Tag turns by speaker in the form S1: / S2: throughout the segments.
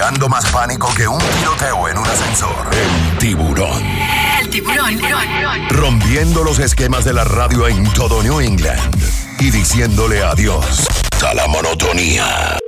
S1: dando más pánico que un tiroteo en un ascensor. El tiburón.
S2: El tiburón. El tiburón.
S1: Rompiendo los esquemas de la radio en todo New England y diciéndole adiós a la monotonía.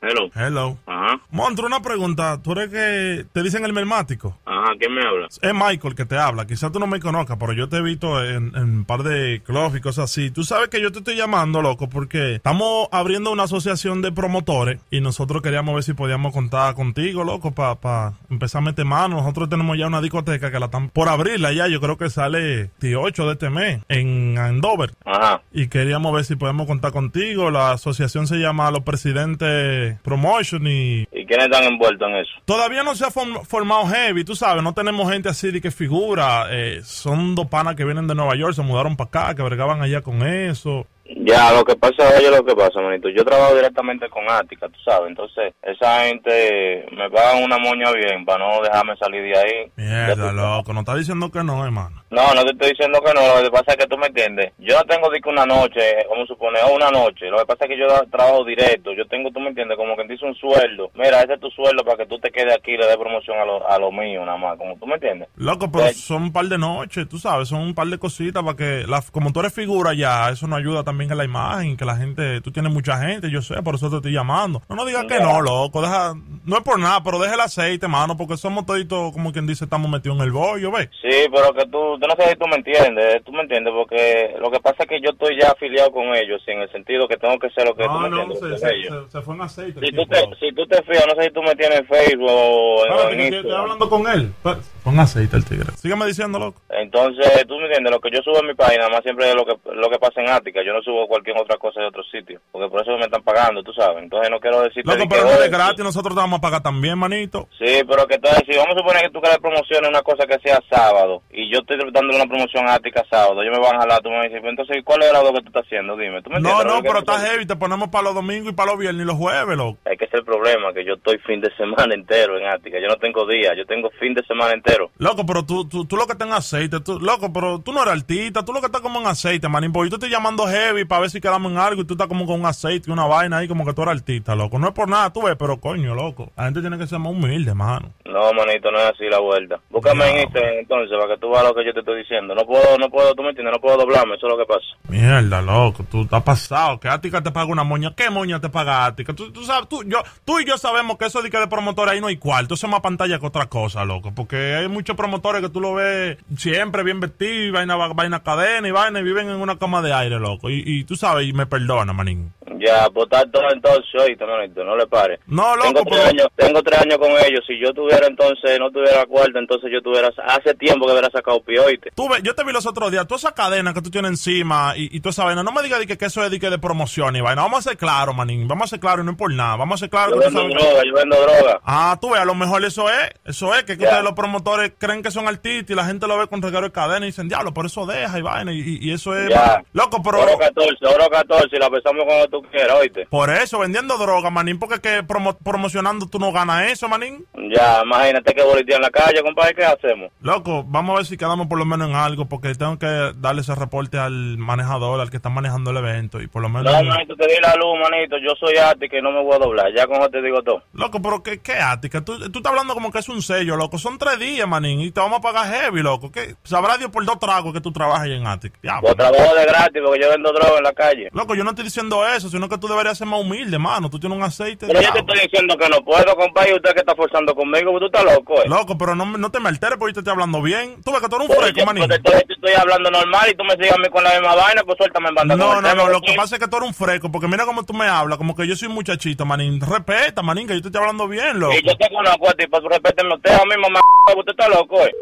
S3: Hello.
S4: Hello.
S3: Ajá.
S4: Montro, una pregunta. ¿Tú eres que te dicen el mermático?
S3: Ajá, ¿quién me habla?
S4: Es Michael que te habla. Quizás tú no me conozcas, pero yo te he visto en en un par de clubs y cosas así. Tú sabes que yo te estoy llamando, loco, porque estamos abriendo una asociación de promotores y nosotros queríamos ver si podíamos contar contigo, loco, para empezar a meter mano. Nosotros tenemos ya una discoteca que la están por abrirla ya. Yo creo que sale 18 de este mes en Andover.
S3: Ajá.
S4: Y queríamos ver si podemos contar contigo. La asociación se llama Los Presidentes Promotion y
S3: ¿Y quiénes están envueltos en eso?
S4: Todavía no se ha form- formado heavy, tú sabes, no tenemos gente así de que figura. eh, son dos panas que vienen de Nueva York, se mudaron para acá, que bregaban allá con eso.
S3: Ya, lo que pasa, oye, lo que pasa, manito. Yo trabajo directamente con Ática, tú sabes. Entonces, esa gente me pagan una moña bien para no dejarme salir de ahí. Ya
S4: Mierda,
S3: tú-
S4: loco, no está diciendo que no, hermano.
S3: No, no te estoy diciendo que no, lo que pasa es que tú me entiendes. Yo no tengo disco una noche, eh, como supone, o una noche. Lo que pasa es que yo da- trabajo directo. Yo tengo, tú me entiendes, como que dice un sueldo. Mira, ese es tu sueldo para que tú te quedes aquí y le des promoción a lo, a lo mío, nada más. Como tú me entiendes.
S4: Loco, pero
S3: Pues-
S4: son un par de noches, tú sabes, son un par de cositas para que, la, como tú eres figura ya, eso nos ayuda también a la imagen, que la gente, tú tienes mucha gente, yo sé, por eso te estoy llamando. No nos digas que no, loco, deja, no es por nada, pero deja el aceite, mano, porque somos toditos, como quien dice, estamos metidos en el bollo, ¿ves?
S3: Sí, pero que tú, tú no sé si tú me entiendes, tú me entiendes, porque lo que pasa es que yo estoy ya afiliado con ellos, en el sentido que tengo que ser lo que tú me entiendes.
S4: se,
S3: con
S4: se-
S3: ellos.
S4: se- se fue en aceite. el
S3: Si tú,
S4: tipo,
S3: te,
S4: loco.
S3: si tú te fijas, no sé si tú me tienes en Facebook o en
S4: Espérate, que
S3: en
S4: yo estoy
S3: Instagram.
S4: hablando con él. Espérate. Pon aceite el tigre. Sígame diciendo, loco.
S3: Entonces, tú me entiendes, lo que yo subo en mi página, más siempre es lo que, lo que pasa en Ática, yo no subo cualquier otra cosa de otro sitio, porque por eso me están pagando, tú sabes. Entonces, no quiero decirte...
S4: Loco,
S3: de que,
S4: pero no es
S3: "Oye,
S4: gratis, nosotros te vamos a pagar también, manito.
S3: Sí, pero que entonces, si vamos a suponer que tú quieres promociones una cosa que sea sábado, y yo estoy dando una promoción ática sábado, yo me van a jalar, tú me dices, "Pues, entonces, ¿cuál es el lado que tú estás haciendo? Dime, ¿tú me
S4: No,
S3: entiendes?
S4: no, pero
S3: estás
S4: está heavy, te ponemos para los domingos y para los viernes y los jueves, loco.
S3: Es que ese es el problema, que yo estoy fin de semana entero en ática, yo no tengo día, yo tengo fin de semana entero.
S4: Loco, pero tú, tú, tú lo que estás en aceite, tú, loco, pero tú no eres artista, tú lo que estás como en aceite, manín, porque yo te estoy llamando heavy para ver si quedamos en algo y tú estás como con un aceite, una vaina ahí, como que tú eres artista, loco. No es por nada, tú ves, pero coño, loco. La gente tiene que ser más humilde, mano.
S3: No, manito, no es así la vuelta. Búscame en Instagram entonces para que tú veas lo que yo te estoy diciendo. No puedo, no puedo, tú me entiendes, no puedo doblarme, eso es lo que pasa.
S4: Mierda, loco, tú estás pasado. Que Ática te paga una moña. ¿Qué moña te paga Ática? Tú, tú sabes, tú, yo, tú y yo sabemos que eso de que de promotor ahí no hay cuarto. Eso es más pantalla que otra cosa, loco. Porque hay muchos promotores que tú lo ves siempre bien vestido y vaina, vaina cadena y vaina y viven en una cama de aire, loco. Y, y tú sabes, y me perdona, manín.
S3: Ya, votar todo entonces, oíste, manito, no le pares.
S4: No, loco,
S3: Tengo tres,
S4: pero-
S3: años, tengo tres años con ellos. Si yo tuviera entonces, no tuviera cuarto, entonces yo tuviera. Hace tiempo que hubiera sacado pie, oíste.
S4: Tú ves, yo te vi los otros días, toda esa cadena que tú tienes encima y, y toda esa vaina, no me digas di que, que eso es di que de promoción y vaina. Vamos a ser claros, manín. Vamos a ser claros y no es por nada. Vamos a ser claros
S3: Yo
S4: que tú
S3: vendo
S4: sabes.
S3: droga, yo vendo droga.
S4: Ah, tú ves, a lo mejor eso es, eso es, que, es que
S3: Ya.
S4: ustedes los promotores creen que son artistas y la gente lo ve con reguero de cadena y dicen, diablo, por eso deja y vaina, y- y, y eso es...
S3: Ya.
S4: Loco, pero...
S3: Oro 14, oro 14, y la pensamos como tú quieras, oíste.
S4: Por eso, vendiendo droga, manín, porque que promo- promocionando tú no ganas eso, manín.
S3: Ya, imagínate que boletean en la calle, compadre, ¿qué hacemos?
S4: Loco, vamos a ver si quedamos por lo menos en algo, porque tengo que darle ese reporte al manejador, al que está manejando el evento, y por lo menos...
S3: No, manito, te di la luz, manito. Yo soy arte que no me voy a doblar. Ya con eso te digo todo.
S4: Loco, pero ¿qué, qué ática? Tú, tú estás hablando como que es un sello, loco. Son tres días, manín, y te vamos a pagar heavy, loco. ¿Qué? Sabrá Dios por dos tragos que tú trabajas ahí en ática. Diablo.
S3: Yo trabajo de gratis porque yo vendo droga en la calle.
S4: Loco, yo no estoy diciendo eso, sino que tú deberías ser más humilde, mano. Tú tienes un aceite.
S3: Pero yo te
S4: diablo.
S3: estoy diciendo que no puedo, compadre. y Usted que está forzando conmigo, tú estás loco, eh.
S4: Loco, pero no, me- no te me alteres porque yo te estoy hablando bien. Tú ves que tú eres un
S3: Pero
S4: fresco,
S3: yo-
S4: manín.
S3: yo te estoy, te estoy hablando normal y tú me sigues a mí con la misma vaina, pues suéltame en banda. con
S4: No,
S3: el
S4: no,
S3: tema,
S4: no. Lo que
S3: ¿sí?
S4: pasa es que tú eres un fresco, porque mira cómo tú me hablas, como que yo soy un muchachito, manín. Respeta, manín, que yo te estoy hablando bien, loco.
S3: Y yo te conozco a ti, pues respétenme usted a mí, mamá. Usted está loco, eh.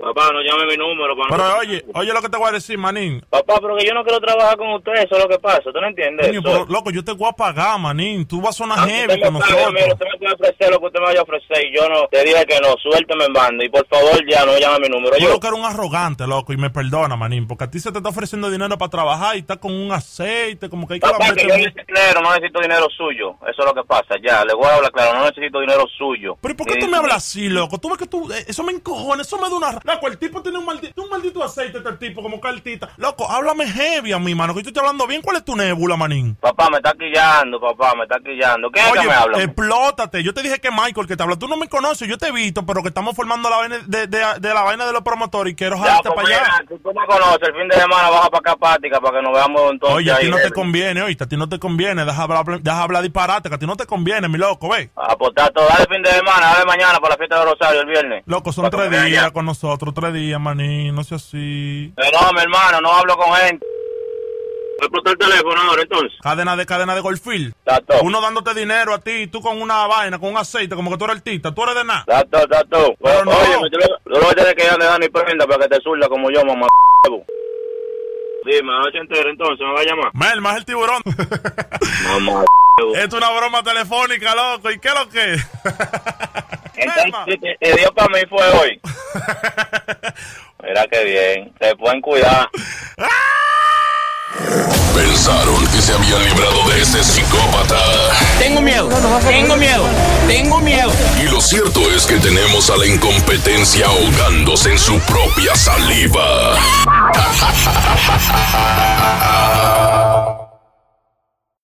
S3: Papá, no llame mi número. Papá,
S4: Pero oye, oye lo que te voy a decir, manín.
S3: papá pero que yo no quiero trabajar con usted, eso es lo que pasa. ¿Tú no entiendes?
S4: Coño,
S3: eso? Ah,
S4: pero, loco, yo te voy a pagar, manín. Tú vas a sonar
S3: Aunque
S4: heavy
S3: usted
S4: con
S3: me pague, mira,
S4: nosotros.
S3: usted me puede ofrecer lo que usted me vaya a ofrecer y yo no te dije que no, suélteme en banda y por favor ya no llame mi número.
S4: Yo
S3: Yo,
S4: lo que era un arrogante, loco, y me perdona, manín, porque a ti se te está ofreciendo dinero para trabajar y estás con un aceite, como que este hay que
S3: papá, que yo
S4: lamerte-
S3: necesito dinero, no necesito dinero suyo. Eso es lo que pasa, ya, le voy a hablar claro, no necesito dinero suyo.
S4: Pero ¿y ¿por qué
S3: Ni-
S4: tú me hablas así, loco? Tú ves que tú... eh, Eso me eh, encojona, eso me da una... cosa. Loco, el tipo tiene un maldito, un maldito aceite, este tipo, como cartita. Loco, háblame heavy a mi mano, que yo estoy hablando bien. ¿Cuál es tu nébula, manín?
S3: Papá, me está quillando, papá, me está quillando. ¿Qué es que me habla?
S4: explótate. Yo te dije que Michael que te habla. Tú no me conoces, yo te he visto, pero que estamos formando la vaina de, de- de la vaina de los promotores y quiero
S3: Ya,
S4: jalarte
S3: pues,
S4: para allá.
S3: mira, si tú me conoces, el fin de semana baja para acá, Pática, para que nos veamos entonces.
S4: Oye, a ti
S3: ahí,
S4: no te
S3: Evelyn.
S4: conviene, oíste, a ti no te conviene, deja hablar, deja hablar disparate, que a ti no te conviene, mi loco, ve.
S3: Apostar Ah, pues, todo, dale fin de semana, dale mañana para la fiesta de Rosario el viernes.
S4: Loco,
S3: Para
S4: son
S3: que
S4: tres
S3: me
S4: días
S3: vaya.
S4: con nosotros, tres días, manín, no sé así.
S3: Eh, no, mi hermano, no hablo con gente. Voy a el teléfono ahora entonces.
S4: Cadena de cadena de golfil.
S3: Tato,
S4: Uno dándote dinero a ti y tú con una vaina, con un aceite, como que tú eres artista, tú eres de nada.
S3: tato, tato.
S4: Pero no.
S3: Oye, me tuve- tú lo voy a tener que ir a dar mi prenda para que te surda como yo, mamá. Dime, noche entera entonces, me va a llamar.
S4: Melma es el tiburón.
S3: Mamá.
S4: Esto es una broma telefónica, loco. ¿Y qué es lo que? es? Melma.
S3: Entonces, el- el día para mí fue hoy. Mira qué bien. Se pueden cuidar.
S1: Pensaron que se habían librado de este psicópata.
S5: Tengo miedo, tengo miedo, tengo miedo.
S1: Y lo cierto es que tenemos a la incompetencia ahogándose en su propia saliva.